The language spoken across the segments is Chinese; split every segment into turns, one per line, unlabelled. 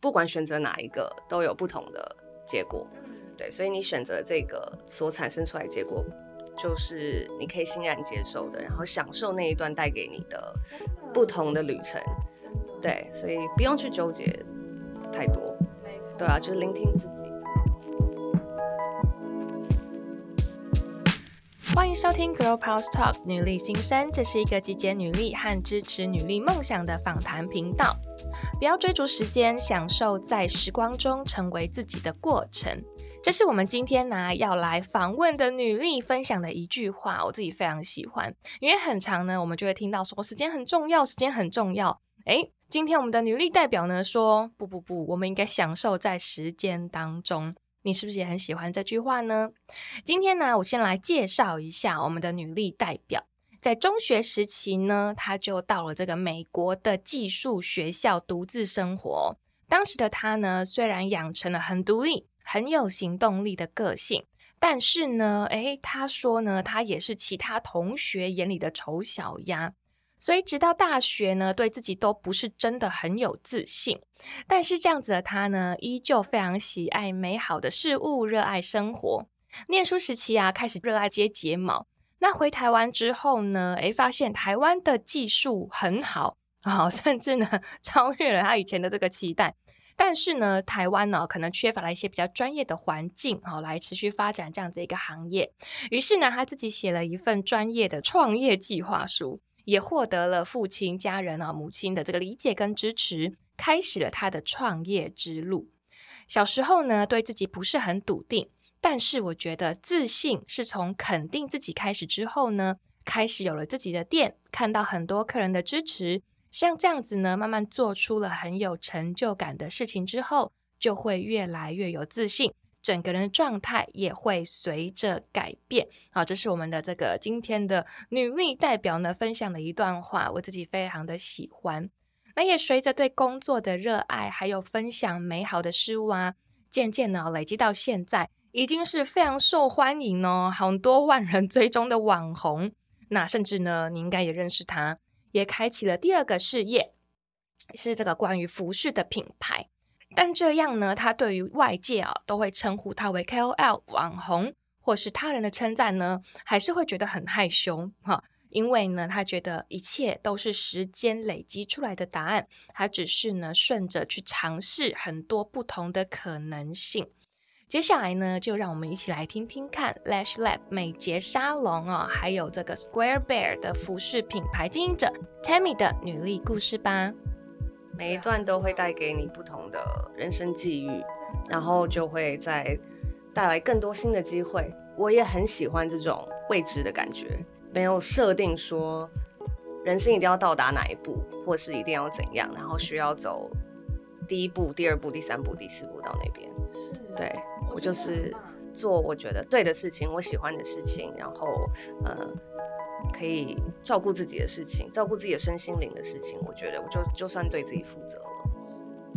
不管选择哪一个，都有不同的结果。对，所以你选择这个所产生出来的结果，就是你可以欣然接受的，然后享受那一段带给你的不同的旅程。对，所以不用去纠结太多。对啊，就是聆听自己。
欢迎收听 Girl Power Talk 女力新生，这是一个集结女力和支持女力梦想的访谈频道。不要追逐时间，享受在时光中成为自己的过程。这是我们今天呢、要来访问的女力分享的一句话，我自己非常喜欢，因为很长呢，我们就会听到说时间很重要，时间很重要。诶，今天我们的女力代表呢说，不不不，我们应该享受在时间当中。你是不是也很喜欢这句话呢？今天呢，我先来介绍一下我们的女力代表。在中学时期呢，她就到了这个美国的技术学校独自生活。当时的她呢，虽然养成了很独立、很有行动力的个性，但是呢，诶，她说呢，她也是其他同学眼里的丑小鸭。所以，直到大学呢，对自己都不是真的很有自信。但是这样子的他呢，依旧非常喜爱美好的事物，热爱生活。念书时期啊，开始热爱接睫毛。那回台湾之后呢，诶，发现台湾的技术很好 啊、甚至呢超越了他以前的这个期待。但是呢，台湾呢、可能缺乏了一些比较专业的环境哦，来持续发展这样子一个行业。于是呢，他自己写了一份专业的创业计划书，也获得了父亲、家人啊、母亲的这个理解跟支持，开始了他的创业之路。小时候呢，对自己不是很笃定，但是我觉得自信是从肯定自己开始之后呢，开始有了自己的店，看到很多客人的支持，像这样子呢，慢慢做出了很有成就感的事情之后，就会越来越有自信，整个人的状态也会随着改变。好，这是我们的这个今天的女力代表呢分享的一段话，我自己非常的喜欢。那也随着对工作的热爱，还有分享美好的事物啊，渐渐呢累积到现在，已经是非常受欢迎哦，很多万人追踪的网红。那甚至呢，你应该也认识他，也开启了第二个事业，是这个关于服饰的品牌。但这样呢，他对于外界啊，都会称呼他为 KOL 网红，或是他人的称赞呢，还是会觉得很害羞哈、因为呢，他觉得一切都是时间累积出来的答案，他只是呢顺着去尝试很多不同的可能性。接下来呢，就让我们一起来听听看 Lash Lab 美睫沙龙啊、还有这个 Square Bear 的服饰品牌经营者 Tammy 的女力故事吧。
每一段都会带给你不同的人生际遇，然后就会再带来更多新的机会。我也很喜欢这种未知的感觉，没有设定说人生一定要到达哪一步，或是一定要怎样，然后需要走第一步、第二步、第三步、第四步到那边。对我就是做我觉得对的事情，我喜欢的事情，然后呃，可以照顾自己的事情，照顾自己的身心灵的事情，我觉得我就就算对自己负责了。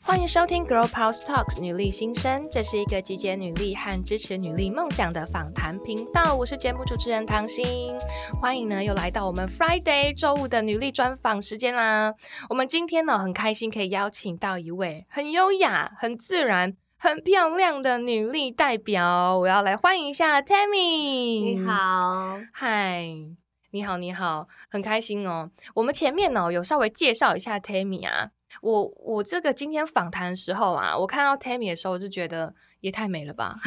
欢迎收听 Girl Power Talks 女力新生，这是一个集结女力和支持女力梦想的访谈频道。我是节目主持人唐心，欢迎呢又来到我们 Friday 周五的女力专访时间啦。我们今天呢很开心可以邀请到一位很优雅、很自然、很漂亮的女力代表，我要来欢迎一下 Tammy。
你 好，
嗨，你好，你好，很开心哦。我们前面哦有稍微介绍一下 Tammy 啊，我我这个今天访谈的时候啊，我看到 Tammy 的时候我就觉得也太美了吧？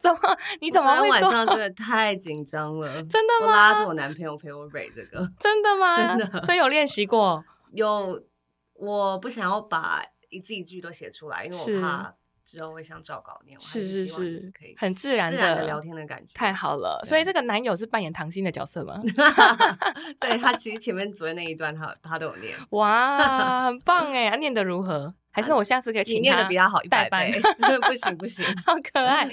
怎么你怎么
昨天
会
晚
说，
上真的太紧张了
真的
我
吗？
拉着我男朋友陪我蕊这个，
真的吗？
真的
所以有练 习过，哦
有我不想要把一字一句都写出来，因为
是
我怕之后会像照稿念，我还
是是
希望就是可以，
很自然
自
的
然的聊天的感觉。
太好了。
对啊
所以这个男友是扮演唐心的角 色吗？
对他其实前面昨天那一段他他都有念，
哇，很棒哎！啊念得如何？还是我下次可以请
啊你念的比他好一
代
百
班
倍， 不行不行。
好可爱，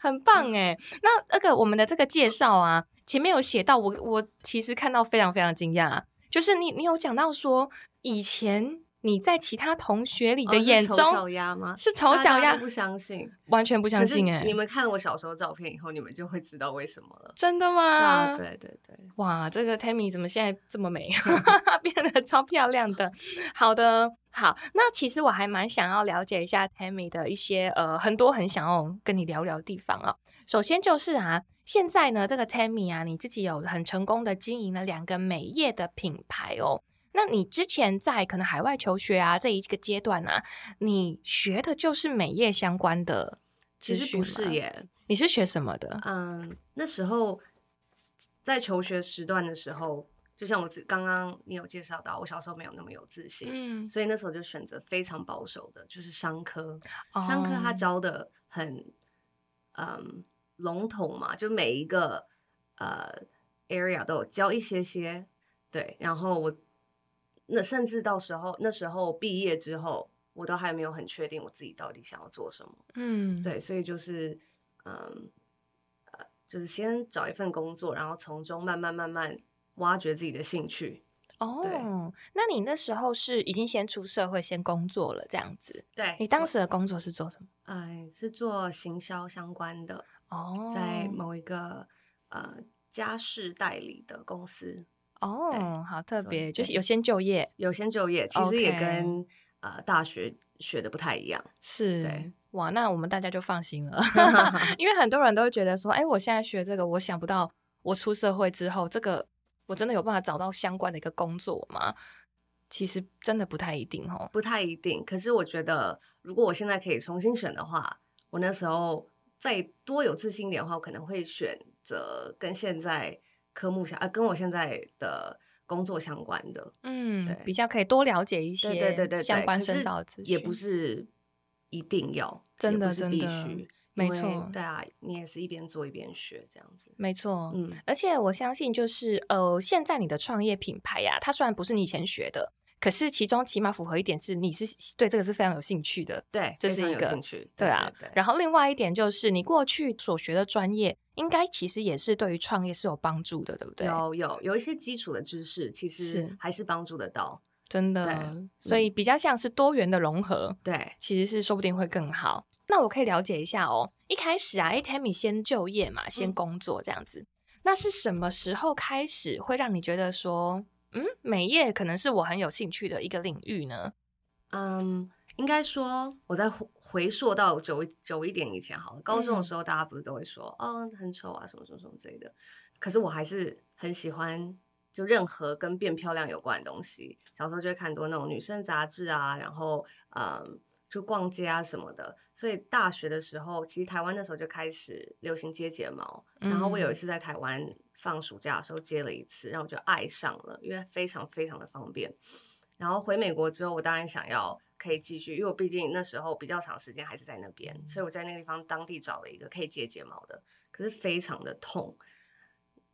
很
嗯
棒哎。那那个我们的这个介绍啊，前面有写到我，我其实看到非常非常惊讶，就是你你有讲到说以前你在其他同学里
你
的眼中、
哦小鸭吗？
是丑
大
小
家
鸭
都，不相信，
完全不相信哎、
可是你们看我小时候照片以后，你们就会知道为什么了。
真的
对
吗？
啊，对对对，
哇，这个 Tammy 怎么现在这 么美， 变得超漂亮的？好的，好，那其实我还蛮想要了解一下 Tammy 的一些呃很多很想要跟你聊聊的地方哦。首先就是啊，现在呢这个 Tammy 啊，你自己有很成功的经营了两个美业的品牌哦。那你之前在可能海外求学啊这一个阶段啊，你学的就是美业相关的
其
资
实
讯
不
吗
是，耶，
你是学什么的？
嗯，那时候在求学时段的时候，就像我自刚刚你有介绍到，我小时候没有那么有自信，
嗯，
所以那时候就选择非常保守的，就是商科。商科它
哦
教的很嗯笼统嘛，就每一个呃 area 都有教一些些。对，然后我那甚至到时候那时候毕业之后，我都还没有很确定我自己到底想要做什么。
嗯，
对，所以就是嗯呃，就是先找一份工作，然后从中慢慢慢慢挖掘自己的兴趣。
哦，那你那时候是已经先出社会、先工作了这样子？
对，
你当
我
时的工作是做什么？
呃是做行销相关的，
哦，
在某一个呃家饰代理的公司
哦，
对
好特
做
别，就是
对
有先就业，
有先就业，其实也
OK
跟呃大学学的不太一样。
是
对。
哇，那我们大家就放心 了，因为很多人都会觉得说，哎、我现在学这个，我想不到我出社会之后，这个我真的有办法找到相关的一个工作吗？其实真的不太一定哦。
不太一定。可是我觉得，如果我现在可以重新选的话，我那时候再多有自信一点的话，我可能会选择跟现在科目相啊，跟我现在的工作相关的。
嗯
对，
比较可以多了解一些
对对对对，对
相关
可
深
是
造的资讯，
也不是一定要，
真
也
的
不是
真
必
的
须。
没
因为
错
对啊，你也是一边做一边学这样子。
没错，
嗯，
而且我相信，就是呃，现在你的创业品牌呀、它虽然不是你以前学的，可是其中起码符合一点是你是对这个是非常有兴趣的，
对，
这
非
是
常
一
有
个
兴趣。
对啊。
对
然后另外一点就是你过去所学的专业，应该其实也是对于创业是有帮助的，对不对？
有有有一些基础的知识，其实
是
还是帮助得到。
真的
对，嗯
所以比较像是多元的融合，
对，
其实是说不定会更好。那我可以了解一下哦。一开始啊，哎，Tammy 先就业嘛，先
嗯
工作这样子。那是什么时候开始会让你觉得说，嗯，美业可能是我很有兴趣的一个领域呢？
嗯，应该说我在回回溯到久一久一点以前好了。高中的
嗯
时候，大家不是都会说，哦，很丑啊，什么什么什么之类的。可是我还是很喜欢，就任何跟变漂亮有关的东西。小时候就会看很多那种女生杂志啊，然后嗯，就逛街啊什么的。所以大学的时候，其实台湾那时候就开始流行接睫毛，然后我有一
嗯
次在台湾放暑假的时候接了一次，然后我就爱上了，因为非常非常的方便。然后回美国之后，我当然想要可以继续，因为我毕竟那时候比较长时间还是在那边，所以我在那个地方当地找了一个可以接睫毛的，可是非常的痛。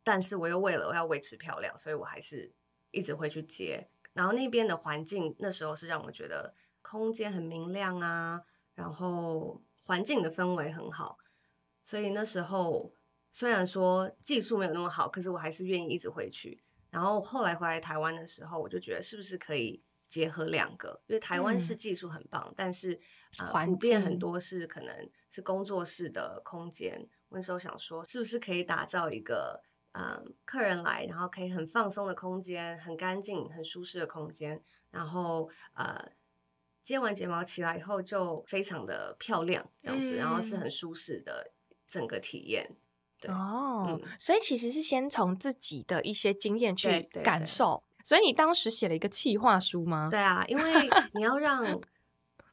但是我又为了我要维持漂亮，所以我还是一直会去接。然后那边的环境那时候是让我觉得空间很明亮啊，然后环境的氛围很好，所以那时候虽然说技术没有那么好，可是我还是愿意一直回去。然后后来回来台湾的时候，我就觉得是不是可以结合两个？因为台湾是
嗯
技术很棒，但是呃，
环
普遍很
境
多是可能是工作室的空间。我那时候想说，是不是可以打造一个嗯，客人来，然后可以很放松的空间，很干净、很舒适的空间，然后呃，接完睫毛起来以后就非常的漂亮，这样子，然后是
嗯
很舒适的整个体验。对
哦
嗯，
所以其实是先从自己的一些经验
对
去
对
感
对
受。所以你当时写了一个企划书吗？
对啊，因为你要让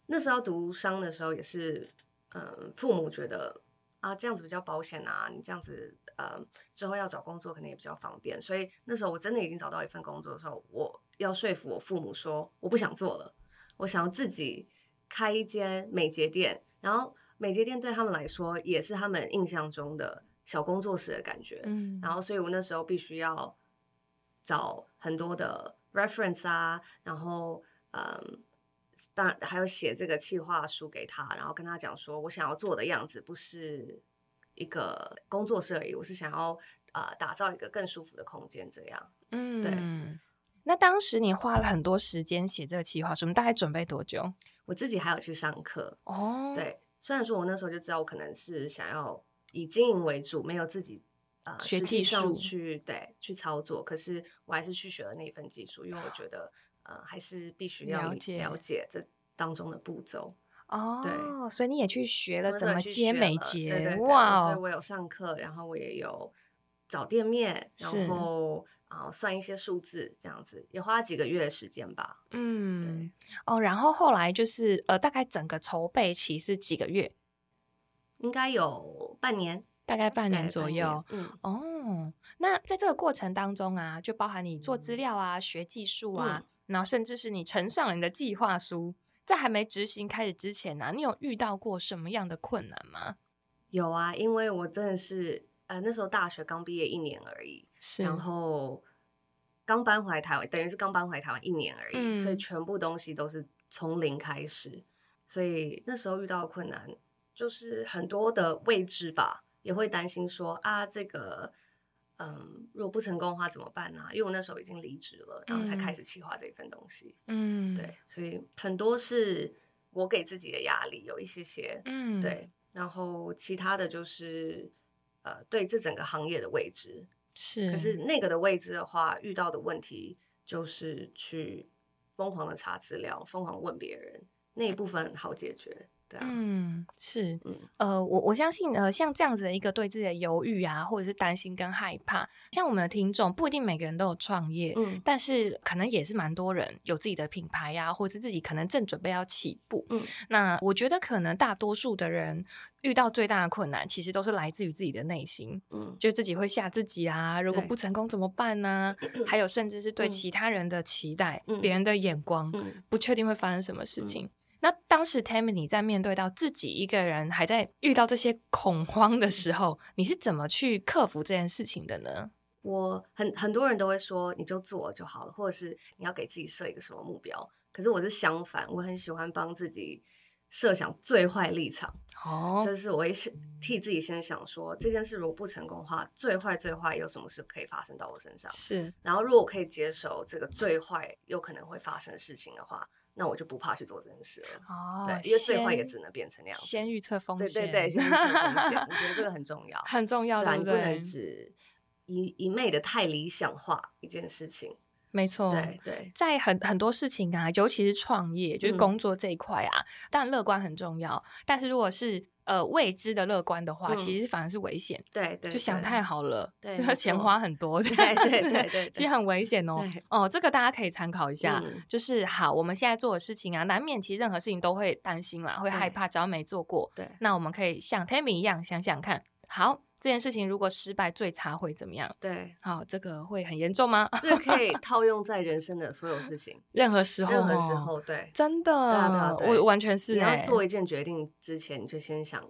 那时候读商的时候也是，嗯，父母觉得啊这样子比较保险啊，你这样子呃、之后要找工作可能也比较方便，所以那时候我真的已经找到一份工作的时候，我要说服我父母说我不想做了，我想要自己开一间美睫店，然后美睫店对他们来说也是他们印象中的小工作室的感觉，
嗯，
然后所以我那时候必须要找很多的 reference 啊，然后嗯，当然还有写这个企划书给他，然后跟他讲说我想要做的样子不是一个工作室而已，我是想要呃打造一个更舒服的空间这样。
嗯，那当时你花了很多时间写这个企划书，我们大概准备多久？
我自己还有去上课，
哦，，
对，虽然说我那时候就知道我可能是想要以经营为主，没有自己呃
学
实际
技
上
术
去对去操作，可是我还是去学了那一份技术，因为我觉得呃还是必须要
了
理
解
了解这当中的步骤。
哦，所以你也去学
我
了
那时
怎
候
么
去
接
学
美
了
睫，
对对对
哇
所以
哦，
我有上课，然后我也有找店面，
是
然后啊、算一些数字，这样子也花了几个月的时间吧。
嗯，哦，然后后来就是呃，大概整个筹备期是几个月，
应该有半年，
大概半
对
年左右。。
半年嗯，
哦，那在这个过程当中啊，就包含你做资料啊、学技术啊，
嗯
然后甚至是你呈上了你的计划书，在还没执行开始之前啊，你有遇到过什么样的困难吗？
有啊，因为我真的是呃那时候大学刚毕业一年而已，
是
然后刚搬回来台湾，等于是刚搬回来台湾一年而已，所以
嗯
全部东西都是从零开始，所以那时候遇到的困难就是很多的未知吧，也会担心说啊这个。嗯，如果不成功的话怎么办啊呢、因为我那时候已经离职了，然后才开
嗯
始企划这份东西。
嗯，
对，，所以很多是我给自己的压力，有一些些，
嗯，，
对，然后其他的就是呃，对这整个行业的未知。
是。
可是那个的未知的话，遇到的问题就是去疯狂的查资料，疯狂问别人，那一部分很好解决，对啊。
嗯，是，
嗯
呃，我我相信，呃，像这样子的一个对自己的犹豫啊，或者是担心跟害怕，像我们的听众不一定每个人都有创业，
嗯
但是可能也是蛮多人有自己的品牌呀、或者是自己可能正准备要起步。
嗯，
那我觉得可能大多数的人遇到最大的困难，其实都是来自于自己的内心，
嗯
就自己会吓自己啊，如果
对
不成功怎么办呢、还有甚至是对
嗯
其他人的期待、
嗯
别人的眼光，
嗯，
不确定会发生什么事情。那当时 Tammy 你在面对到自己一个人还在遇到这些恐慌的时候，你是怎么去克服这件事情的呢？
我很很多人都会说，你就做就好了，或者是你要给自己设一个什么目标。可是我是相反，我很喜欢帮自己设想最坏立场。
哦，
就是我也是替自己先想说，这件事如果不成功的话，最坏最坏有什么事可以发生到我身上？
是，
然后如果我可以接受这个最坏有可能会发生的事情的话，那我就不怕去做这件事了。
哦，
对，因为最坏也
先
只能变成那样子。
先预测风
对对
险，
对，先预测风 险，我觉得这个很重要。
很重要，
对啊，
对
你
不
不
对
能？只一一昧的太理想化一件事情。
没错。
对对，
在很很多事情啊，尤其是创业，就是
嗯
工作这一块啊，当然乐观很重要，但是如果是呃未知的乐观的话，
嗯
其实反而是危险，
对对，
就想
对
太。好了，
对
因为
没
钱
错
花很多，
对对对对 对
其实很危险哦
对。
哦，这个大家可以参考一下。
嗯
就是好，我们现在做的事情啊，难免其实任何事情都会担心啦，会害
对
怕，只要没做过，
对
那我们可以像 Tammy 一样想想看，好，这件事情如果失败，最差会怎么样？
对，
好，这个会很严重吗？
这个可以套用在人生的所有事情，
任何时候，
任何时，候，对。
真的，
对啊对啊对
我完全哦是、
你
欸、
要做一件决定之前，你就先想，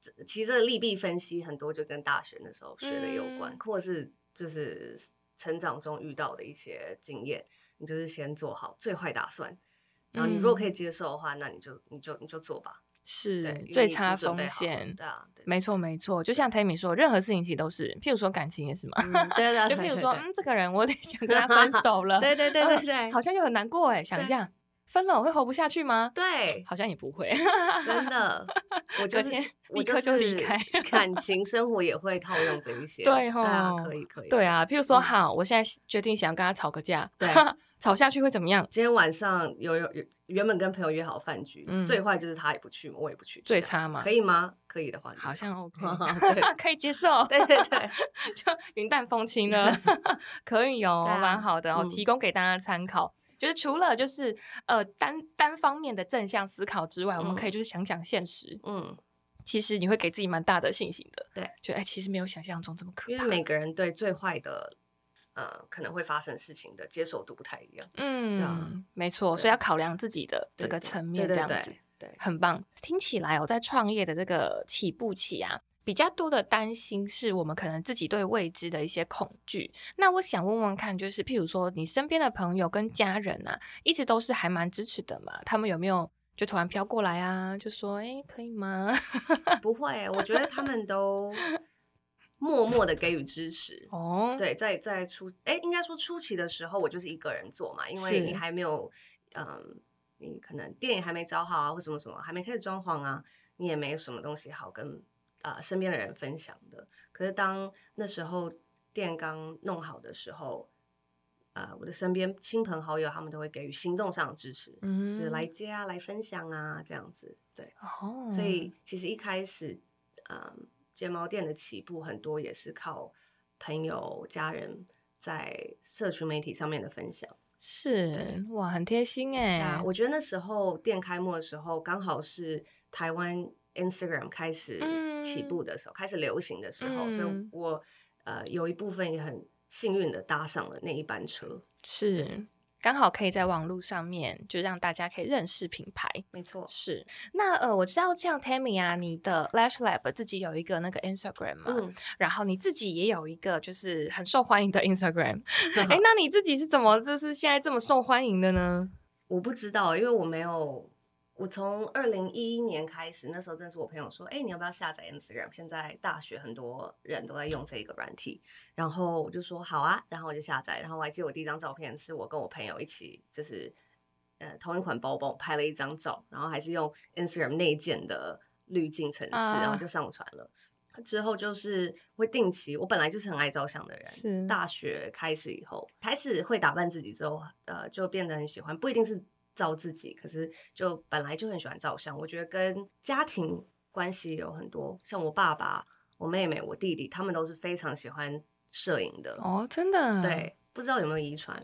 这其实这个利弊分析很多就跟大学那时候学的有关，
嗯
或者是就是成长中遇到的一些经验，你就是先做好最坏打算。然后你如果可以接受的话，那你就你就你就做吧。对，因
嗯是
为
最
你
差
你准备
风
好了
险。
对啊，对，
没错，没错，就像 Tammy 说，任何事情其实都是，譬如说感情也是嘛。
嗯对对，
就譬如说，哦嗯，这个人我得想跟他分手了，
对对对对对对，
好像又很难过哎。想一下，分了我会活不下去吗？
对，
好像也不会。
真的，我就
隔
是
天
我
立
就
刻就离
是
开
感情生活也会套用这 一些，
对吼
啊，可以可以，
对啊，譬如说，
嗯
好，我现在决定想跟他吵个架，
对，
吵下去会怎么样？
今天晚上有有有原本跟朋友约好饭局，
嗯
最坏就是他也不去嘛，我也不去，
最
这样
差
子
嘛
可以吗？可以的话，你就
好像哦 OK，啊
对
可以接受，
对对对，
就云淡风 轻了，可以哦，
对啊
蛮好的哦，
嗯
提供给大家参考。就是除了就是呃单单方面的正向思考之外，我们
嗯
可以就是想想现实，
嗯，
其实你会给自己蛮大的信心的。
对，
就哎，其实没有想象中这么可
因为
怕。
每个人对最坏的呃可能会发生的事情的接受度不太一样，对啊
嗯，没错，
对
所以要考量自己的这
对
个
对
层
对
面，这
对
样子
对对，
很棒。听起来哦我在创业的这个起步期啊，比较多的担心是我们可能自己对未知的一些恐惧。那我想问问看，就是譬如说你身边的朋友跟家人啊，一直都是还蛮支持的嘛，他们有没有就突然飘过来啊，就说哎、诶可以吗？
不会，我觉得他们都默默的给予支持。
哦，
对，在在初哎，应该说初期的时候，我就是一个人做嘛，因为
是
你还没有，嗯，你可能店也还没找好啊，或什么什么，还没开始装潢啊，你也没什么东西好跟啊、呃身边的人分享的。可是当那时候店刚弄好的时候，呃，我的身边亲朋好友他们都会给予行动上的支持，
嗯
就是来接啊，来分享啊，这样子，对。
哦，
所以其实一开始，嗯，睫毛店的起步很多也是靠朋友、家人在社群媒体上面的分享。
是哇，很贴心哎
啊那，我觉得那时候店开幕的时候，刚好是台湾 Instagram 开始起步的时候，开始流行的时候，所以
嗯
我呃有一部分也很幸运的搭上了那一班车。
是刚好可以在网络上面就让大家可以认识品牌。
没错，
是，那呃，我知道像 Tammy 啊，你的 Lash Lab 自己有一个那个 Instagram 嘛，
嗯，
然后你自己也有一个就是很受欢迎的 Instagram，哎，那你自己是怎么就是现在这么受欢迎的呢？
我不知道，因为我没有。我从二零一一年开始，那时候正是我朋友说：“哎、你要不要下载 Instagram？现在大学很多人都在用这个软体。”然后我就说：“好啊。”然后我就下载。然后我还记得我第一张照片是我跟我朋友一起，就是呃同一款包包拍了一张照，然后还是用 Instagram 内建的滤镜程式，
啊
然后就上传了。之后就是会定期，我本来就是很爱照相的人，
是
大学开始以后，开始会打扮自己之后，呃，就变得很喜欢，不一定是照自己，可是就本来就很喜欢照相。我觉得跟家庭关系有很多，像我爸爸、我妹妹、我弟弟，他们都是非常喜欢摄影的。
哦，真的，，
对，不知道有没有遗传，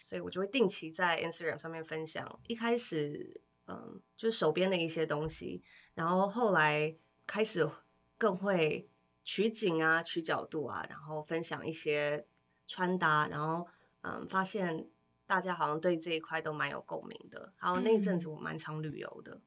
所以我就会定期在 Instagram 上面分享。一开始，嗯，就是手边的一些东西，然后后来开始更会取景啊、取角度啊，然后分享一些穿搭，然后嗯，发现大家好像对这一块都蛮有共鸣的。然后那一
嗯
阵子我蛮常旅游的，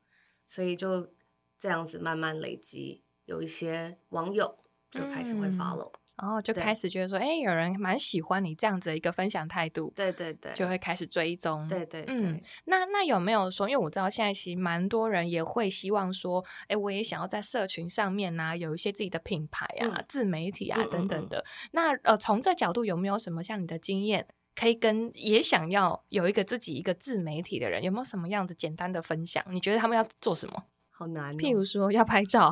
所以就这样子慢慢累积，有一些网友就开始会
嗯
follow、
然后就
对
开始觉得说，哎，有人蛮喜欢你这样子的一个分享态度，
对对对，
就会开始追踪，
对对对。
嗯那那有没有说，因为我知道现在其实蛮多人也会希望说，哎，我也想要在社群上面呐、有一些自己的品牌啊、
嗯
自媒体啊
嗯嗯
等等
嗯
的。那呃，从这角度有没有什么像你的经验，可以跟也想要有一个自己一个自媒体的人，有没有什么样子简单的分享？你觉得他们要做什么？
好难、哦。
譬如说要拍照、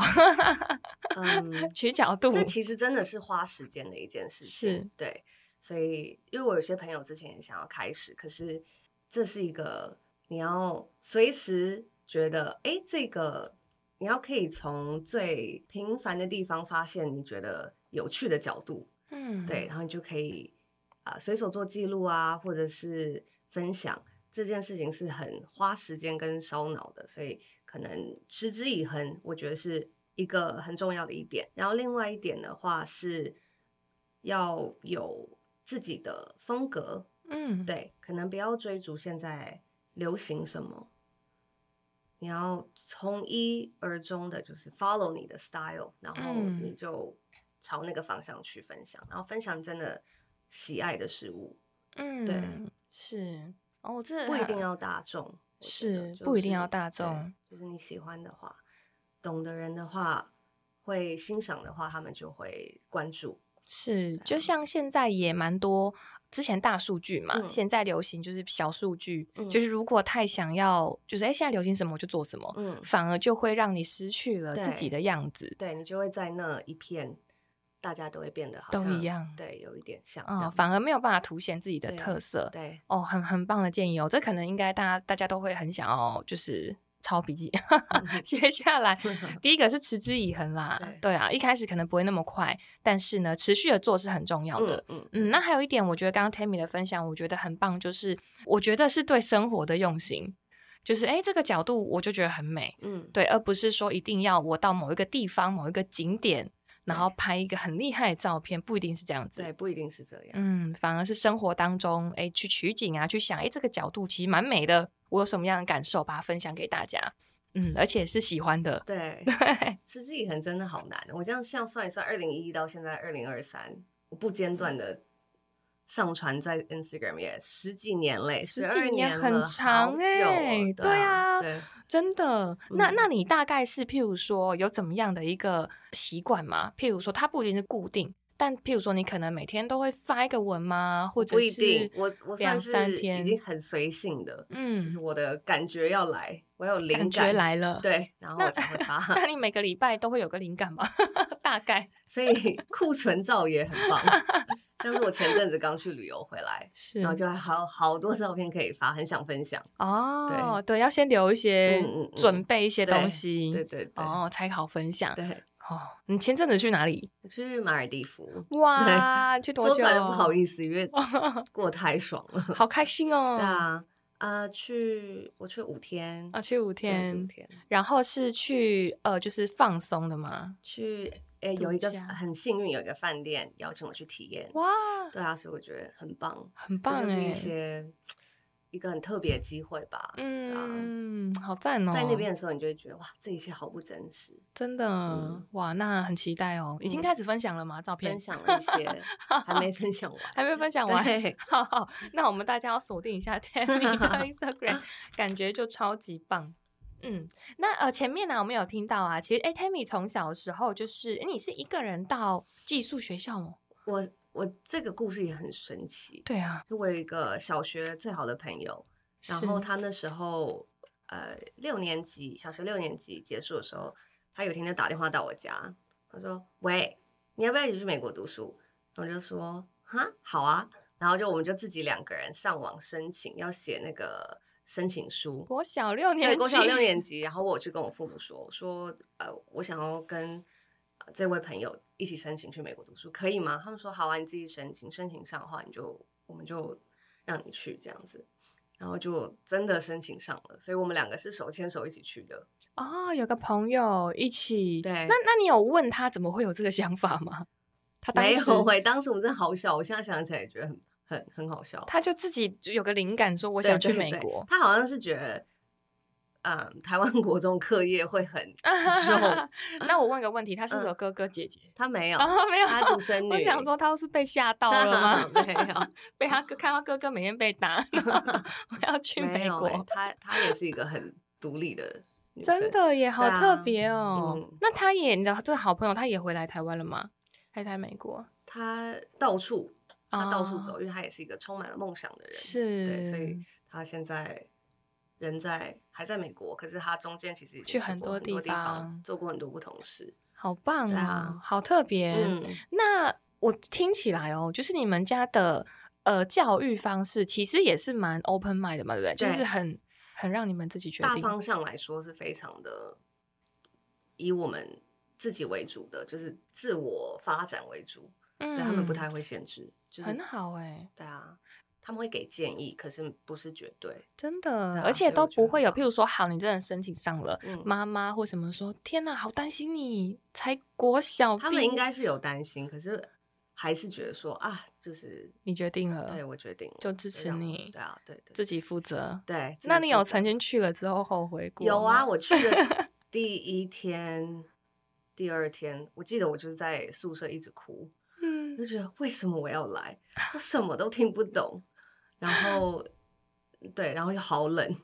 嗯，
取角度，
这其实真的是花时间的一件事情。
是
对，所以因为我有些朋友之前也想要开始，可是这是一个你要随时觉得，哎，这个你要可以从最平凡的地方发现你觉得有趣的角度，
嗯，
对，，然后你就可以啊、随手做记录啊，或者是分享。这件事情是很花时间跟烧脑的，所以可能持之以恒，我觉得是一个很重要的一点。然后另外一点的话是要有自己的风格，
嗯，，
对，可能不要追逐现在流行什么，你要从一而终的，就是 follow 你的 style，然后
嗯
你就朝那个方向去分享，然后分享真的喜爱的事物，
嗯，
对，
是，哦，这
不一
还
定要大众，我觉得
是
就
不一定要
是
大
对
众
就是你喜欢的话，懂的人的话，会欣赏的话，他们就会关注，
是，
啊
就像现在也蛮多之前大数据嘛，
嗯
现在流行就是小数据，
嗯
就是如果太想要，就是哎、诶现在流行什么我就做什么，
嗯，
反而就会让你失去了自己
对
的样子，
对你就会在那一片，大家都会变得好
都
像
一，样，
对，有一点像这
啊、
样子，
反而没有办法凸显自己的
对
特色。
对。
哦，很很棒的建议哦，这可能应该大家大家都会很想要，就是抄笔记 写下 来。第一个是持之以恒啦，
嗯对
对啊，一开始可能不会那么快，但是呢，持续的做是很重要的。
嗯嗯
嗯，那还有一点，我觉得刚刚 Tammy 的分享，我觉得很棒，就是我觉得是对生活的用心，就是诶这个角度我就觉得很美，
嗯，
对，而不是说一定要我到某一个地方、某一个景点，然后
对
拍一个很厉害的照片，不一定是这样子。
对，不一定是这样。
嗯，反而是生活当中，诶去取景啊，去想，诶这个角度其实蛮美的，我有什么样的感受，把它分享给大家。嗯，而且是喜欢的，
对，
对，
持之以恒真的哦
嗯
好难。我这样像算一算，二零一一到现在二零二三，我不间断的上传在 Instagram 也十几年嘞，
十
12
几
年
年很
了
长
好久
欸
了
对啊
对
真的，那
嗯
那你大概是譬如说有怎么样的一个习惯吗？譬如说它不一定是固定，但譬如说你可能每天都会发一个文吗？或者
不一
是
定，我我
两
算
三
是已
天
经很随性的，就是
嗯，
我的感觉要来，我有灵
感
感
觉，来了。
对，然后
那
我才会发。
那你每个礼拜都会有个灵感吗？ 大概
所以库存照也 很棒。像是我前阵子刚去旅游回来，
是
然后就还好好多照片可以发，很想分享。
哦，对，要先留一些
嗯嗯嗯
准备一些
对
东西，
对对对，
哦，才好分享。
对，
哦，你前阵子去哪里？
我去马尔地夫，
哇，去多
说
久？
出来都不好意思，因 为过太爽了。
好开心哦！
对啊，啊、去我去五天，
啊，去五
对去
天
五，天，
然后是去呃，就是放松的嘛。
去诶、
度
有一个
假
很幸运有一个饭店邀请我去体验，
哇，
对啊，所以我觉得很棒，
很
这
棒
就是
哎
一！些一个很特别的机会吧。对啊
嗯，好赞哦！
在那边的时候，你就会觉得哇，这一切好不真实。
真的、
嗯
哇，那很期待哦！已经
嗯
开始分享了吗？照片
分享了一 些，还没分享完。
还没分享完。
对
好好，那我们大家要锁定一下 Tammy 的 Instagram，感觉就超级棒。嗯，那呃前面呢、我们有听到啊，其实哎、t a m m y 从小的时候就是，诶你是一个人到寄宿学校哦吗？
我我这个故事也很神奇，
对啊，
就我有一个小学最好的朋友，然
是
后他那时候呃六年级，小学六年级结束的时候，他有一天就打电话到我家，他说：“喂，你要不要一起去美国读书？”我就说：“哈，好啊。”然后就我们就自己两个人上网申请，要写那个申请书，
国小六年
对，
级，
国小六年级，然后我去跟我父母说，我说呃，我想要跟、呃、这位朋友一起申请去美国读书，可以吗？他们说好啊，你自己申请，申请上的话，你就我们就让你去这样子，然后就真的申请上了，所以我们两个是手牵手一起去的。
哦，有个朋友一起，
对
那那你有问他怎么会有这个想法吗？他当
没
时
有喂，当时我们真的好小，我现在想起来也觉得很很很好笑。
他就自己就有个灵感，说我
对
想去
对
美
对
国。
他好像是觉得，嗯，台湾国中课业会 很重，
那我问个问题，他是不是有哥哥姐姐？
他没有，
啊，没有，
嗯他独生女。
我想说他是被吓到了吗？
没有。
被他哥看到哥哥每天被 打， 然后我要去
没
美
有欸
国，
她她也是一个很独立的女生，
真的耶，好
对啊
特别哦。
嗯
那他也，你的这个好朋友，他也回来台湾了吗？还在美国？
她到处她到处
哦
走，因为她也是一个充满了梦想的人，
是，
对，所以她现在人在还在美国，可是她中间其实已经
去
去
很
过
多
很多
地
地
方
做过很多不同事，
好棒
对
啊，
啊
好特别。
嗯，
那我听起来哦，就是你们家的呃教育方式其实也是蛮 open mind 的嘛，对不对？
对
就是很很让你们自己决
大
定。
方向来说是非常的以我们自己为主的，就是自我发展为主，
嗯
对他们不太会限制，就是
很好哎，
对啊，他们会给建议，可是不是绝对，
真的，
对啊
而且
所以
都
我觉得
不会有，
很
譬如说，好，你真的申请上了，
嗯。
妈妈或什么说，天哪，好担心你，才国小毕业，
他们应该是有担心，可是还是觉得说啊，就是
你决定了，
对我决定了
就支持
让我
你
对啊，对对
自己负责。
对。自
那
己
你
负
有
责
曾经去了之后后悔过？
有啊？，我去 的第一天、第二天，我记得我就是在宿舍一直哭，我
嗯，
就觉得为什么我要来，我什么都听不懂，然后对，然后又好冷。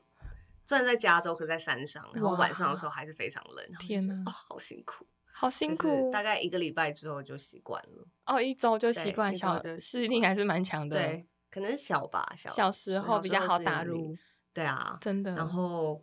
虽然在加州，可是在山上，然后晚上的时候还是非常冷。然后就
天
觉得
哪
哦，好辛苦，
好
可
辛
是
苦，
大概一个礼拜之后就习惯了。
哦，一周就习
对
惯
一
小
周就，习
适应
惯
还是蛮强的。，
对，可能小吧，小
小时候比较好
适
打
应力
入，
对啊，
真的。
然后，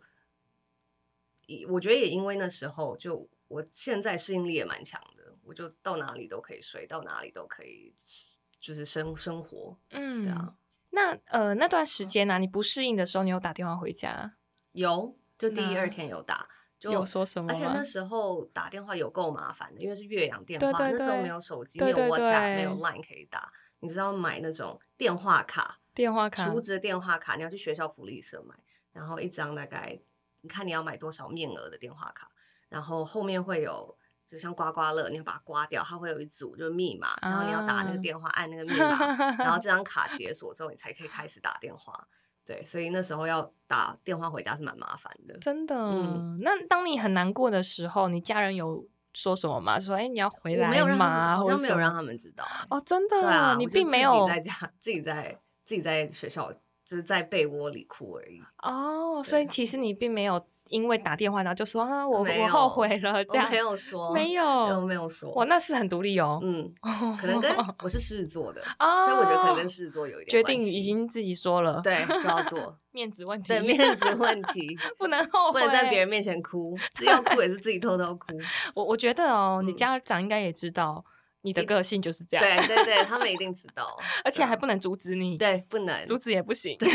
也我觉得也因为那时候，就我现在适应力也蛮强的，我就到哪里都可以睡，到哪里都可以吃，就是生生活。
嗯，
对啊，
那呃那段
嗯
时间呢、你不适应的时候，你有打电话回家，
有，就第一
那
二天有打，就
有说什么
而且那
吗？
时候打电话有够麻烦的，因为是岳阳电
对
话，
对
那时候
对
没有手机，
对
没
对
有 WhatsApp，没有
对
Line 可以打，你知道买那种电话卡，
电话卡
储值的电话卡，你要去学校福利社买，然后一张大概你看你要买多少面额的电话卡，然后后面会有就像刮刮乐，你要把它刮掉，它会有一组就是密码，然后你要打那
啊
个电话，按那个密码， 然后这张卡解锁之后，你才可以开始打电话。对，所以那时候要打电话回家是蛮麻烦的。
真的、
嗯
那当你很难过的时候，你家人有说什么吗？说哎、你要回来
我没有让他
吗？
们，好
或者
像没有
什么
让他们知道、欸
哦，真的，
对啊，
你
我就
并没
自己
有
在家，自己在自己在学校，就是在被窝里哭而已。
哦，所以
对
其实你并没有因为打电话然后就说啊，我
没
我
有
后悔了这
我
样，
没有说，
没
对，我
有，
没有说。
我那是很独立哦，
嗯，可能跟我是狮子座的，
哦，
所以我觉得可能跟狮子座有一点
决
关
定
系
已经自己说了，，
对就要 做
面子问题，
对面子问题，
不能后
不
悔，
能在别人面前哭，只要哭也是自己偷偷哭。
我我觉得哦，你
嗯
家长应该也知道你的个性就是 这样，，
对对对，他们一定知 道，
而且还
对
不能阻止你，，
对不能
阻止也不行，
对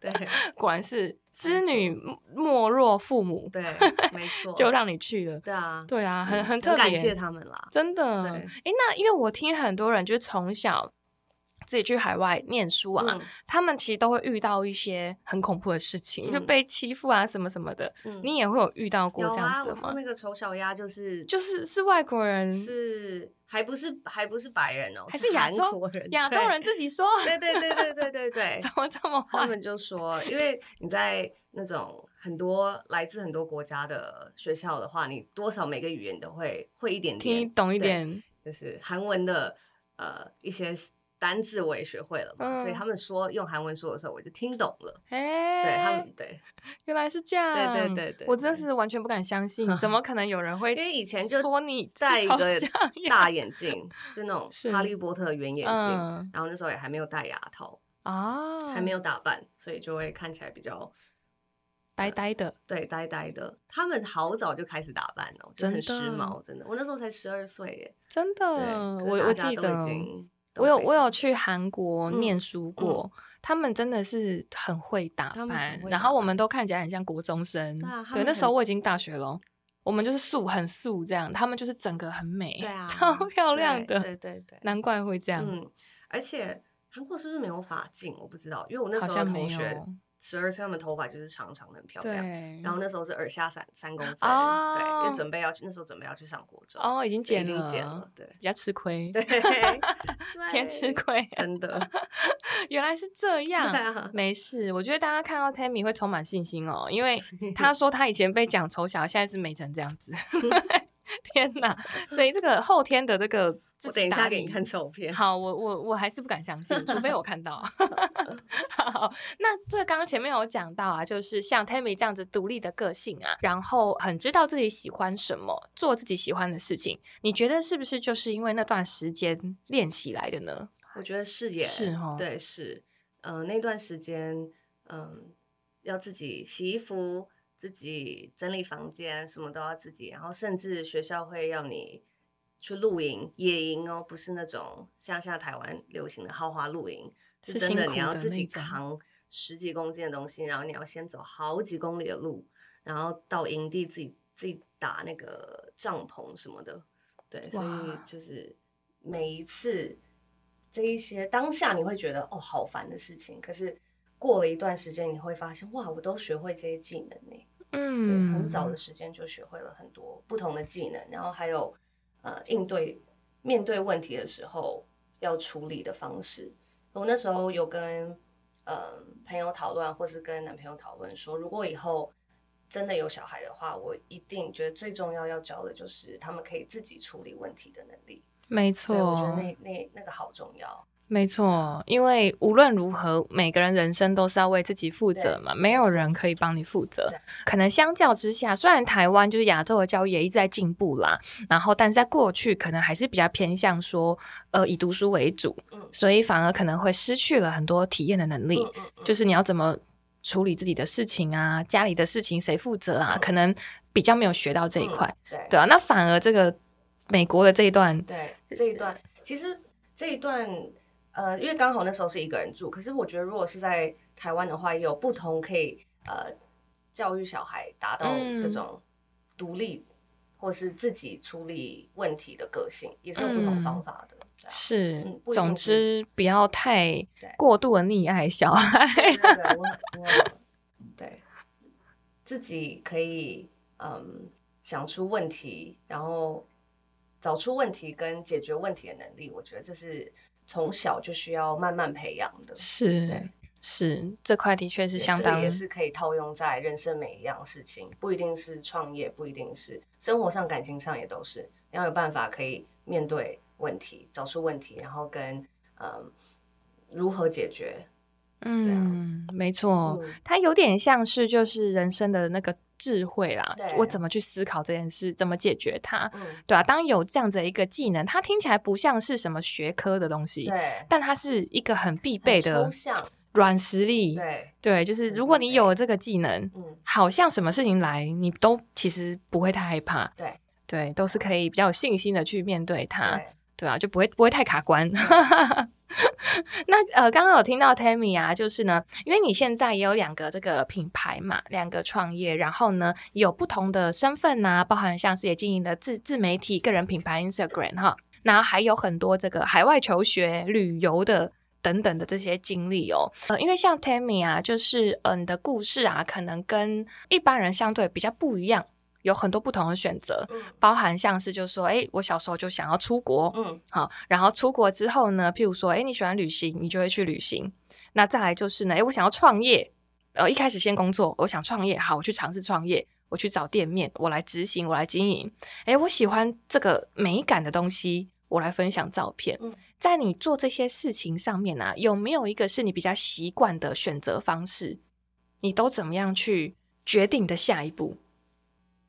对
果然是
没
织女莫若父母，
对，没错，
就让你去了，
对啊，
对啊，很
嗯
很特别，
感谢他们啦。
真的。
对
诶，那因为我听很多人就是从小自己去海外念书啊，
嗯
他们其实都会遇到一些很恐怖的事情，
嗯
就被欺负啊什么什么的。
嗯，
你也会有遇到过
有
这
啊？
样子
我
的吗？
说那个丑小鸭就是
就是是外国人，
是还不是还不是白人哦，
还
是
是亚
韩
洲
国人，
亚洲
对
人自己说，
对对对对对对 对
怎，么这么
他
坏？
们就说，因为你在那种很多来自很多国家的学校的话，你多少每个语言都会会一点
听
点，
懂一
对
点，
就是韩文的呃一些单字我也学会了嘛，所以
嗯
他们说用韩文说的时候，我就听懂了。
哎，
对他们对，
原来是这样，
对对对
我真
对
是完全不敢相信，怎么可能有人
因
会？
为以前就
说你是
戴一
丑
个
像呀
大眼镜，就那种
是
哈利波特圆眼镜，
嗯
然后那时候也还没有戴牙套，
啊，
还没有打扮，所以就会看起来比较
呆呆的，
对，呆呆的。他们好早就开始打扮了，就很时
真的
髦，真的。我那时候才十二岁耶，
真的，
对，可
我
是大
我
家
记
都
得
已经都
我有
非
我有
常
去韩国
嗯
念书过，他们真的是很会打
他们
扮
很，会
然
打
后我们
扮
都看起来很像国中生。
对啊他
对，
们
那时候
很
我已经大学了哦，我们就是素很素这样，他们就是整个很美，
对啊，
超漂
对
亮的，
对对对，
难怪会这样。
嗯，而且韩国是不是没有发镜？我不知道，因为我那
好
时候
像
的
没
同学
有
十二岁，他们头发就是长长的，很漂亮。
对，
然后那时候是耳下三三公分，对，因
哦
为准备要去那时候准备要去上国中，
哦已经
对
减
已经
了，
剪了，对
比较吃亏，
对，
偏吃
对，
亏，
真的，
原来是这
对
样。
啊，
没事，我觉得大家看到 Tammy 会充满信心哦，因 为她说她以前被讲丑小，现在是美成这样子。 天哪！所以这个后天的这个自己
我等一
打
下给
理
你看照片。
好，我我我还是不敢相信，除非我看到。 好，那这刚刚前面有讲到啊，就是像 Tammy 这样子独立的个性啊，然后很知道自己喜欢什么，做自己喜欢的事情，你觉得是不是就是因为那段时间练习来的呢？
我觉得是耶，
是齁
对，是，嗯、那段时间，嗯、要自己洗衣服，自己整理房间，什么都要自己，然后甚至学校会让你去露营、野营哦，不是那种像现在台湾流行的豪华露营，是
是
真
辛
的
苦
你要
的
自
那
己
种
扛十几公斤的东西，然后你要先走好几公里的路，然后到营地自己自己打那个帐篷什么的，对，所以
哇
就是每一次这一些当下你会觉得哦好烦的事情，可是过了一段时间你会发现哇我都学会这些技能呢、对，
嗯，
很早的时间就学会了很多不同的技能，然后还有呃应对面对问题的时候要处理的方式。我那时候有跟呃朋友讨论，或是跟男朋友讨论说，如果以后真的有小孩的话，我一定觉得最重要要教的就是他们可以自己处理问题的能力。
没
对，
错，
我觉得那那那个好重要。
没错，因为无论如何，每个人人生都是要为自己负责嘛，没有人可以帮你负责
对。
可能相较之下，虽然台湾就是亚洲的教育也一直在进步啦，然后但是在过去可能还是比较偏向说，呃，以读书为主，
嗯
所以反而可能会失去了很多体验的能力。
嗯嗯嗯，
就是你要怎么处理自己的事情啊，家里的事情谁负责啊，
嗯
可能比较没有学到这一
嗯
块，
对
对啊，那反而这个美国的这一段，
对这一段，其实这一段，呃，因为刚好那时候是一个人住，可是我觉得如果是在台湾的话，也有不同可以呃教育小孩达到
嗯
这种独立、或是自己处理问题的个性，也是有不同方法的。对啊
是，
嗯不一定
总
是
之不要太
对
过度的溺爱小孩。
对对对，我很我很对自己可以嗯想出问题，然后找出问题跟解决问题的能力，我觉得这是从小就需要慢慢培养的。
是
对，
是这块的确是相
这个
当
也是可以套用在人生每一样事情，不一定是创业，不一定是生活上、感情上也都是。你要有办法可以面对问题，找出问题，然后跟嗯如何解决。对啊
嗯，没错，
嗯
它有点像是就是人生的那个智慧啦
对，
我怎么去思考这件事，怎么解决它，
嗯，
对啊，当有这样子的一个技能，它听起来不像是什么学科的东西，
对，
但它是一个很必
很
备
抽
的
象，
软实力。
对，
对，就是
很
如果
必
你
备
有了这个技能，
嗯，
好像什么事情来，你都其实不会太害怕。
对
对，都是可以比较有信心的去面对它。
对，
对啊，就不会不会太卡关。 那呃，刚刚有听到 Tammy 啊，就是呢，因为你现在也有两个这个品牌嘛，两个创业，然后呢也有不同的身份呐、包含像是也经营的自自媒体、个人品牌 Instagram 哈，然后还有很多这个海外求学、旅游的。等等的这些经历哦，呃，因为像 Tammy 啊，就是嗯、呃、你的故事啊，可能跟一般人相对比较不一样，有很多不同的选择，
嗯
包含像是就是说，哎，我小时候就想要出国，
嗯
好，然后出国之后呢，譬如说，哎，你喜欢旅行，你就会去旅行。那再来就是呢，哎，我想要创业，呃，一开始先工作，我想创业，好，我去尝试创业，我去找店面，我来执行，我来经营。哎，我喜欢这个美感的东西，我来分享照片。
嗯
在你做这些事情上面啊，有没有一个是你比较习惯的选择方式？你都怎么样去决定你的下一步？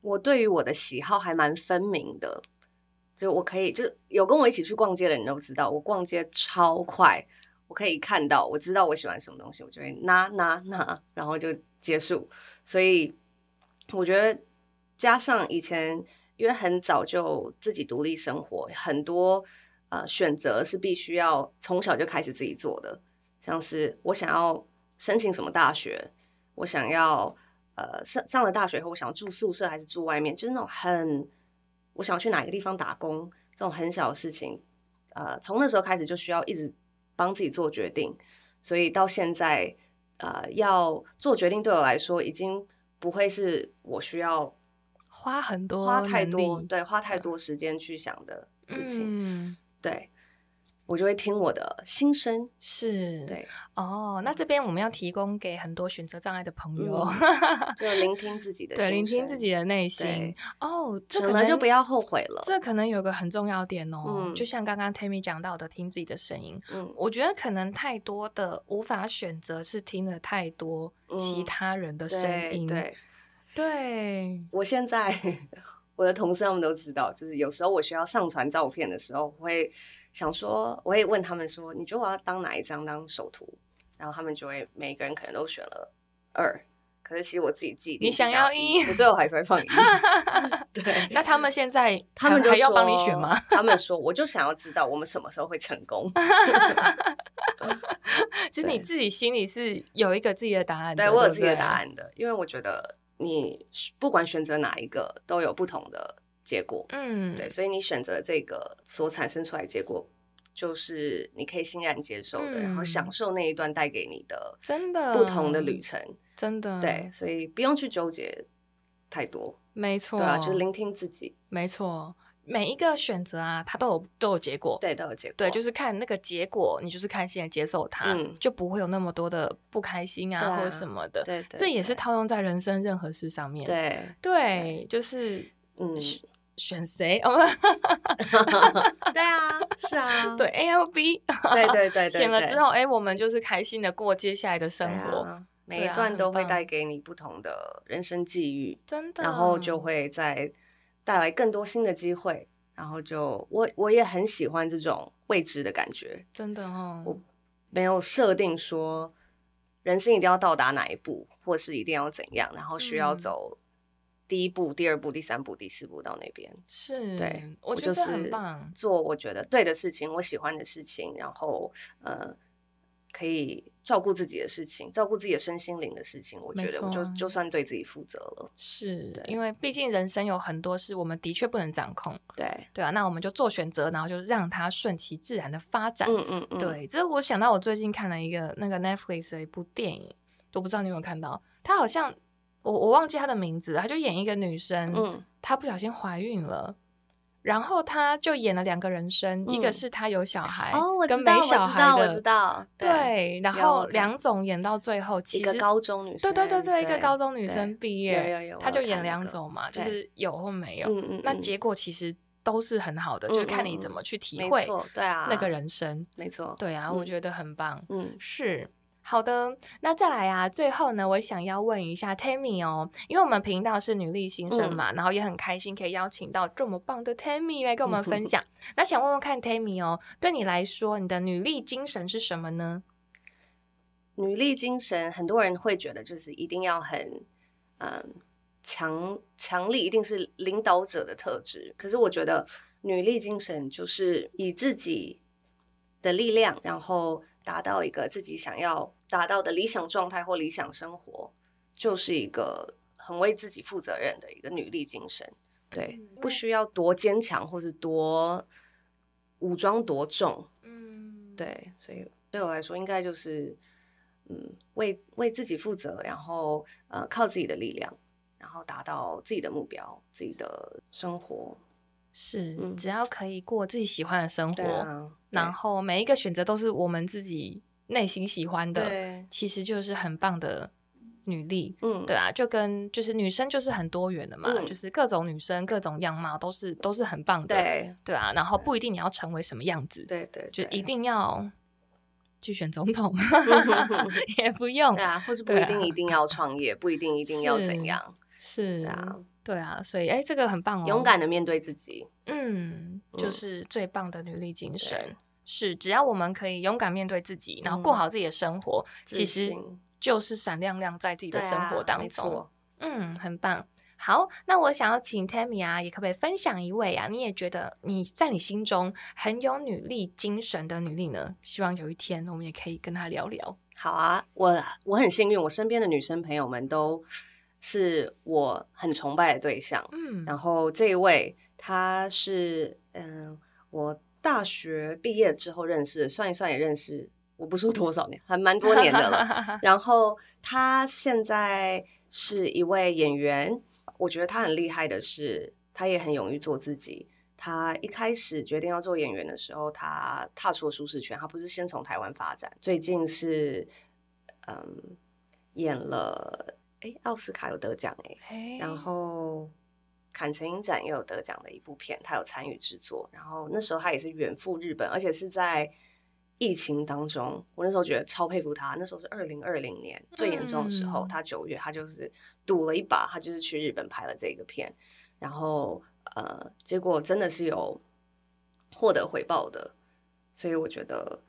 我对于我的喜好还蛮分明的，就我可以，就是有跟我一起去逛街的人都知道，我逛街超快，我可以看到，我知道我喜欢什么东西，我就会拿拿拿，然后就结束。所以我觉得加上以前，因为很早就自己独立生活，很多呃选择是必须要从小就开始自己做的，像是我想要申请什么大学，我想要呃上上了大学后，我想要住宿舍还是住外面，就是那种很我想要去哪个地方打工这种很小的事情，呃，从那时候开始就需要一直帮自己做决定，所以到现在呃要做决定对我来说已经不会是我需要
花很多
花太
哦能
多
力
对花太多时间去想的事情，
嗯，
对我就会听我的心声，
是
对，
哦，那这边我们要提供给很多选择障碍的朋友，
嗯 就聆听自己的心
对，
声，
聆听自己的内心
对。
哦，这
久
可
了
能
就不要后悔了，
这可能有个很重要点哦，
嗯
就像刚刚 Tammy 讲到的，听自己的声音。
嗯。
我觉得可能太多的无法选择，是听了太多其
嗯
他人的声
对
音。
对，
对
我现在 我的同事他们都知道，就是有时候我需要上传照片的时候，我会想说，我会问他们说，你觉得我要当哪一张当首图？然后他们就会每个人可能都选了二，可是其实我自己记
你想要一
我最后还是会 放一。对，
那 他们现在
他
还
们就
还要帮你
说
选吗？？
他们说，我就想要知道我们什么时候会成功。
就是你
对
自己心里是有一个自己的答案的，
对我有
不
自己的
对
答。案的，因为我觉得你不管选择哪一个，都有不同的结果。
嗯，
对，所以你选择这个所产生出来的结果，就是你可以欣然接受的，然后
嗯
享受那一段带给你的
真的嗯
不同的旅程。
真的
对，，所以不用去纠结太多，
没错，
对啊，就是聆听自己，
没错，每一个选择啊，它都有都有结果。
对，都有结果。
对，就是是看那个结果，你就是开心的接受它，
嗯
就不会有那么多的不开心啊
对啊
或者什么的。
对对，
这也是
对
套用在人生任何事上面。
对，
对，就是
嗯，
选谁哦，
对啊，是啊，
对 A L B
对对 对对，
选了
对
之后，哎，我们就是开心的过接下来的
对
生活，
啊每
对
一
啊
段
很
都会
棒
带给你不同的人生际遇。
真的。
然后就会再带来更多新的机会。然后就我我也很喜欢这种未知的感觉，
真的哦，
我没有设定说人生一定要到达哪一步，或是一定要怎样，然后需要
嗯
走第一步、第二步、第三步、第四步到那边。
是，
对，
嗯我觉
就
得这
是
很棒。
做我觉得对的事情，我喜欢的事情，然后呃，可以照顾自己的事情，照顾自己的身心灵的事情，我
没
觉得我就
错
就算对自己负责了。
是
对
因为毕竟人生有很多事，我们的确不能掌控。
对，
对啊，那我们就做选择，然后就让它顺其自然的发展。
嗯嗯嗯，，
对，这我想到我最近看了一个那个 Netflix 的一部电影，我不知道你有没有看到，它好像我我忘记它的名字了，它就演一个女生，
嗯
她不小心怀孕了，然后他就演了两个人生，一个
嗯
是他有小孩，
哦，我
跟
知
没
道，我知
小孩
道，我
的
知道，
对，然
有我
后
看
梁总演到最后，其
一
实
个高中女
对
生，
对对对，一个高中女
对
生毕业，
有有有
她
我
就
有
演
看那
梁
个
总嘛，就
对
是有或没有。
嗯嗯，
那
嗯
结果其实都是很好的，
嗯
就是看
嗯
你怎
嗯
么去体
没
会
错，对啊，
那个人生。
没错，
对啊，我
嗯
觉得很棒。
嗯
是。好的，那再来啊，最后呢，我想要问一下 Tammy 哦，因为我们频道是女力新生
嗯
嘛，然后也很开心可以邀请到这么棒的 Tammy 来跟我们分 享。那想问问看 Tammy 哦，对你来说，你的女力精神是什么呢？
女力精神，很多人会觉得就是一定要很嗯强强力，一定是领导者的特质。可是我觉得女力精神就是以自己的力量，然后达到一个自己想要达到的理想状态或理想生活，就是一个很为自己负责任的一个女力精神。对，不需要多坚强或是多武装多重，
嗯，，
对，所以对我来说，应该就是，嗯，为为自己负责，然后呃，靠自己的力量，然后达到自己的目标、自己的生活。
是，
嗯
只要可以过自己喜欢的生活，
对啊，
然后每一个选择都是我们自己内心喜欢
对
的，
对，
其实就是很棒的女力。
嗯，
对啊，就跟就是女生就是很多元的嘛，
嗯
就是各种女生、各种样貌都是都是很棒的，
对
对啊。然后不一定你要成为什么样子，
对对，
就
对
一定要去选总 统也不用
对，啊，或是不
对
一定
啊
一定要创业，不一定一定要
是
怎样，
是
对啊，
对啊，所以哎，这个很棒哦，
勇，敢的面对自己。
嗯，就
嗯
是最棒的女力精神
对。
是，只要我们可以勇敢面对自己，然后过
嗯
好自己的生活，
自
其实
信
就是闪亮亮在自己的
对
生活
啊
当
没
中。
错
嗯，很棒。好，那我想要请 Tammy 啊，也可不可以分享一位啊？你也觉得你在你心中很有女力精神的女力呢？希望有一天我们也可以跟她聊聊。
好啊，我我很幸运，我身边的女生朋友们都是我很崇拜的对象。
嗯
然后这一位他是嗯、我大学毕业之后认识的，算一算也认识，我不说多少年，还蛮多年的 了。
了。
然后他现在是一位演员，我觉得他很厉害的是，他也很勇于做自己。他一开始决定要做演员的时候，他踏出了舒适圈，他不是先从台湾发展，最近是嗯演了，哎，奥斯卡有得奖哎，
嘿
然后坎城影展也有得奖的一部片，他有参与制作。然后那时候他也是远赴日本，而且是在疫情当中。我那时候觉得超佩服他，那时候是二零二零年最严重的时候，
嗯
他九月他就是赌了一把，他就是去日本拍了这个片，然后呃，结果真的是有获得回报的，所以我觉得。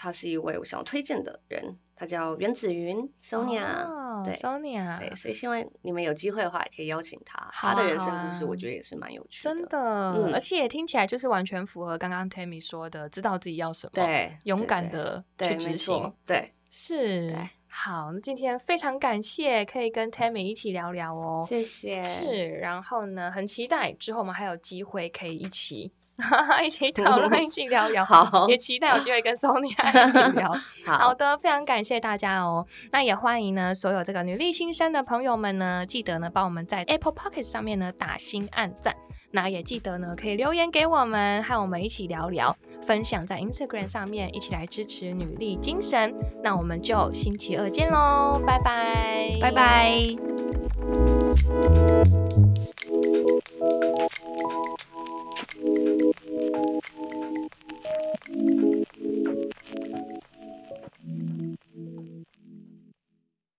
他是一位我想要推荐的人，他叫袁子云 Sonia，、
哦
对
，Sonia，
对，所以希望你们有机会的话，也可以邀请他。
好啊
他的人
好
生
啊
故事，我觉得也是蛮有趣
真
的。
的，
嗯
而且也听起来就是完全符合刚刚 Tammy 说的，知道自己要什么，，
对，
勇敢
对
的
对
去
对
执
没
行
错，，对，
是
对。
好，那今天非常感谢可以跟 Tammy 一起聊聊哦，
谢谢。
是，然后呢，很期待之后我们还有机会可以一起 一起讨论、一起聊聊。
好
也期待有机会跟 Sonia 一起聊。好
好，
的，非常感谢大家哦。那也欢迎呢所有这个女力新生的朋友们呢，记得呢帮我们在 Apple Pocket 上面呢打星按赞。那也记得呢可以留言给我们，和我们一起聊聊，分享在 Instagram 上面，一起来支持女力精神。那我们就星期二见喽，拜拜，
拜拜。